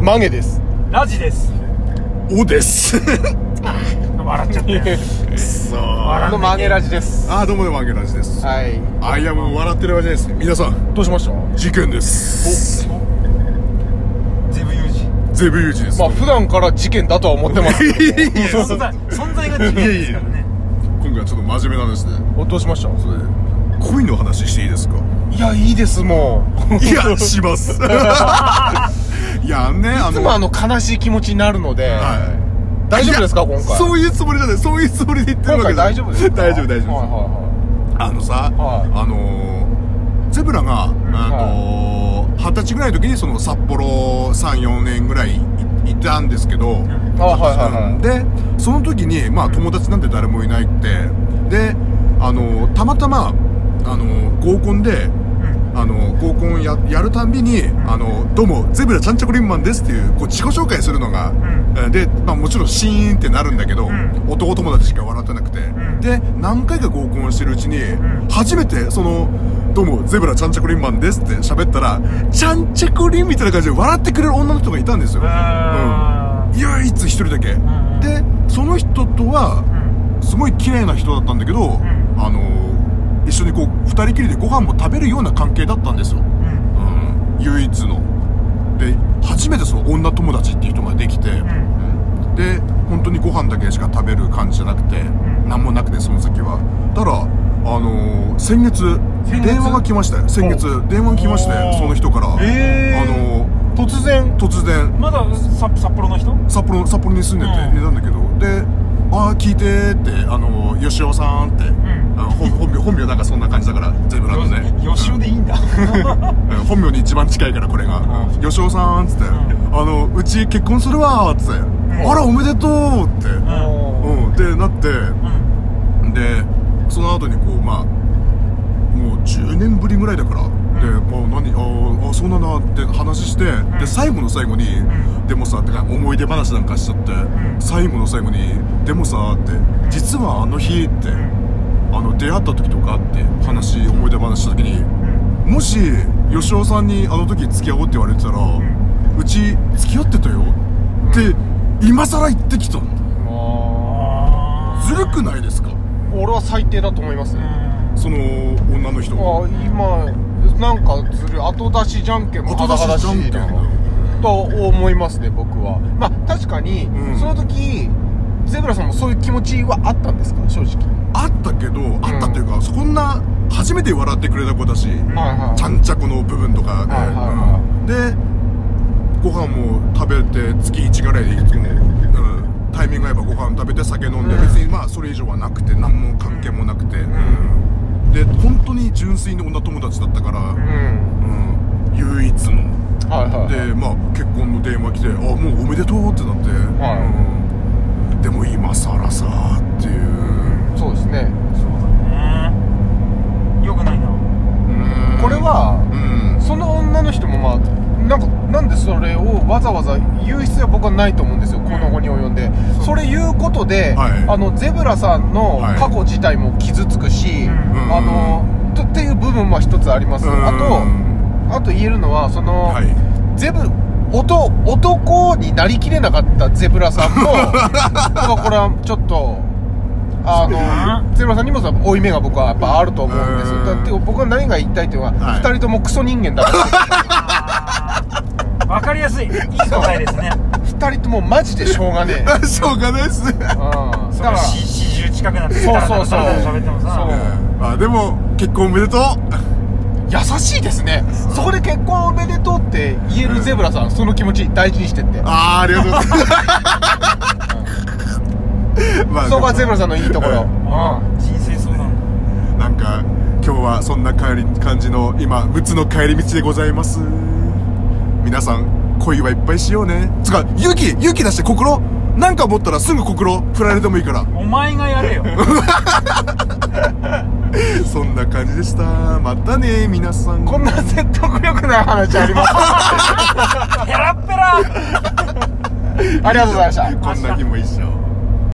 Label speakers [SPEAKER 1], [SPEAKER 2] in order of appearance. [SPEAKER 1] マゲです
[SPEAKER 2] ラジです
[SPEAKER 3] おです。
[SPEAKER 2] 笑っちゃったよ
[SPEAKER 3] さ
[SPEAKER 2] 笑
[SPEAKER 3] あ。
[SPEAKER 2] う
[SPEAKER 1] のマゲラジです
[SPEAKER 3] あ、どうもどうも、あげらじです。
[SPEAKER 1] はい
[SPEAKER 3] アイアム笑ってるわけじゃないです。皆さん、
[SPEAKER 1] どうしました
[SPEAKER 3] 事件で
[SPEAKER 2] ゼ
[SPEAKER 3] す。
[SPEAKER 2] ブユージ
[SPEAKER 3] ゼブユージです。
[SPEAKER 1] まあ普段から事件だとは思ってますけど
[SPEAKER 2] 存在存在が違うんですからね
[SPEAKER 3] 今回はちょっと真面目なんですね。
[SPEAKER 1] お どうしました
[SPEAKER 3] それ恋の話していいで すか
[SPEAKER 1] いやいいですもう
[SPEAKER 3] いや、します。 いや、ね、 あ
[SPEAKER 1] いつ
[SPEAKER 3] の、
[SPEAKER 1] もあの悲しい気持ちになるので、
[SPEAKER 3] は
[SPEAKER 1] 大丈夫ですか今
[SPEAKER 3] い。
[SPEAKER 1] 回
[SPEAKER 3] そういうつもりじゃない、そういうつもりで言ってる
[SPEAKER 1] 今
[SPEAKER 3] わけ
[SPEAKER 1] 回
[SPEAKER 3] じゃな
[SPEAKER 1] 大丈夫
[SPEAKER 3] い
[SPEAKER 1] ですか
[SPEAKER 3] 大丈夫、大丈夫。
[SPEAKER 1] はいは
[SPEAKER 3] あのさ、
[SPEAKER 1] はい
[SPEAKER 3] あのーゼブラが、あのー二十歳ぐらいの時にその札幌3、4年ぐらいいいたんですけど、
[SPEAKER 1] いはいあはいはいはい
[SPEAKER 3] で、その時に、まあ友達なんて誰もいないって、で、あのーたまたま、あのー合コンで、あのー合コンややるたんびに、あのーどうも、ゼブラちゃんちゃこりんまんですっていう、こう自己紹介するのが、で、まあもちろんシーンってなるんだけど、
[SPEAKER 2] ん
[SPEAKER 3] 男友達しか笑ってなくて、
[SPEAKER 2] ん
[SPEAKER 3] で、何回か合コンしてるうちに、
[SPEAKER 2] ん
[SPEAKER 3] 初めてその「どうもゼブラちゃんちゃこりんマンです」って喋ったら「ちゃんちゃこりん」みたいな感じで笑ってくれる女の人がいたんですよ、
[SPEAKER 2] あー
[SPEAKER 3] 唯一一人だけ、
[SPEAKER 2] ん
[SPEAKER 3] でその人とは
[SPEAKER 2] うん
[SPEAKER 3] すごい綺麗な人だったんだけど、
[SPEAKER 2] ん
[SPEAKER 3] あの一緒にこう二人きりでご飯も食べるような関係だったんですよ、
[SPEAKER 2] うん
[SPEAKER 3] うん、唯一ので初めてその女友達っていう人ができて、
[SPEAKER 2] うん
[SPEAKER 3] で本当にご飯だけしか食べる感じじゃなくて、
[SPEAKER 2] ん
[SPEAKER 3] 何もなくてその先はたらあのー先月
[SPEAKER 2] 先月
[SPEAKER 3] 電話が来ましたよ先月電話が来まして
[SPEAKER 2] おー
[SPEAKER 3] その人から、
[SPEAKER 1] えー
[SPEAKER 3] あのー
[SPEAKER 1] 突然
[SPEAKER 3] 突然
[SPEAKER 2] まださ札幌の人
[SPEAKER 3] 札幌札幌に住んで
[SPEAKER 2] うん
[SPEAKER 3] て寝たんだけど、で「ああ聞いて」って「あのー吉尾さん」って、
[SPEAKER 2] ん
[SPEAKER 3] あ本本名本名なんかそんな感じだから全部なの ね
[SPEAKER 2] よしおでいいんだ
[SPEAKER 3] うん本名に一番近いからこれが「吉尾さん」っつって「あのうち結婚するわ」っつって「あらおめでとう」って、
[SPEAKER 1] も
[SPEAKER 3] うん、でなって
[SPEAKER 2] うん
[SPEAKER 3] でその後にこうまあもう10年ぶりぐらいだから、で、まあ、何あーあそうなんだって話して、で最後の最後に、でもさってか思い出話なんかしちゃって、
[SPEAKER 2] ん
[SPEAKER 3] 最後の最後にでもさって実はあの日って、あの出会った時とかって話思い出話した時に、もし吉尾さんにあの時付き合おうって言われてたら、うち付き合ってたよって、今更言ってきたの
[SPEAKER 1] うまあ
[SPEAKER 2] あ
[SPEAKER 3] ずるくないですか
[SPEAKER 1] 俺は最低だと思いますね
[SPEAKER 2] ー
[SPEAKER 3] その女の人
[SPEAKER 1] あ今なんかずるい後出しじゃんけんも
[SPEAKER 3] 後出しじゃんけんだ
[SPEAKER 1] 甚だしいなと思いますね僕はまあ確かに、
[SPEAKER 3] うん
[SPEAKER 1] その時ゼブラさんもそういう気持ちはあったんですか正直
[SPEAKER 3] あったけどあったっていうか、そんな初めて笑ってくれた子だし、
[SPEAKER 1] はいはい
[SPEAKER 3] ちゃんちゃこの部分とかで、
[SPEAKER 1] はいはいは
[SPEAKER 3] うんでご飯も食べて月1ぐらいでいつも、うんタイミング合えばご飯食べて酒飲んで、
[SPEAKER 1] うん
[SPEAKER 3] 別にまあそれ以上はなくて何も関係もなくて、うんで本当に純粋に女友達だったから、
[SPEAKER 1] うん
[SPEAKER 3] うん唯一の。
[SPEAKER 1] はいはい
[SPEAKER 3] でまあ結婚の電話来て「あもうおめでとう」ってなって、うんでも今更さっていう
[SPEAKER 1] そうですね
[SPEAKER 2] そうだねよくないな
[SPEAKER 3] うん
[SPEAKER 1] これは
[SPEAKER 3] うん
[SPEAKER 1] その女の人もまあなんかなんでそれをわざわざ言う必要は僕はないと思うんですよこの後に及んでそれ言うことで、
[SPEAKER 3] はい
[SPEAKER 1] あのゼブラさんの
[SPEAKER 3] はい
[SPEAKER 1] 過去自体も傷つくし、
[SPEAKER 2] うん
[SPEAKER 1] あのとっていう部分は一つあります、
[SPEAKER 3] うん
[SPEAKER 1] あとあと言えるのはその、
[SPEAKER 3] はい
[SPEAKER 1] ゼブ男男になりきれなかったゼブラさんも 僕はこれはちょっとあのゼブラさんにもさ負い目が僕はやっぱあると思うんです
[SPEAKER 3] う
[SPEAKER 1] よ
[SPEAKER 3] ん
[SPEAKER 1] だって僕は何が言いたいというのは、
[SPEAKER 3] はい
[SPEAKER 1] 2人ともクソ人間だ か
[SPEAKER 2] わかりやすいいい答えですね
[SPEAKER 1] ら2人ともマジでしょうが ねえ
[SPEAKER 3] しょうがないっすね
[SPEAKER 1] うん
[SPEAKER 2] そ
[SPEAKER 1] だ
[SPEAKER 2] れ
[SPEAKER 1] から
[SPEAKER 2] 四四十近くなって
[SPEAKER 1] そうそうそう
[SPEAKER 2] ダラダラダラダラ喋っても
[SPEAKER 1] そう
[SPEAKER 2] さ
[SPEAKER 3] あでも結婚おめでとう
[SPEAKER 1] 優しいですねそこで結婚おめでとうって言えるゼブラさんその気持ち大事にしてって
[SPEAKER 3] あーありがとうござい ます、まあ
[SPEAKER 1] そこはゼブラさんのいいところ、
[SPEAKER 3] う
[SPEAKER 1] うん
[SPEAKER 2] 人生相談
[SPEAKER 3] なんか今日はそんな帰り感じの今6つの帰り道でございます皆さん恋はいっぱいしようねつか勇気勇気出して心なんか持ったらすぐ心振られてもいいから
[SPEAKER 2] お前がや れよ
[SPEAKER 3] そんな感じでしたまたね皆さん
[SPEAKER 1] こんな説得力ない話 あります
[SPEAKER 2] ペラッペラ
[SPEAKER 1] ありがとうございました
[SPEAKER 3] こんな日も一緒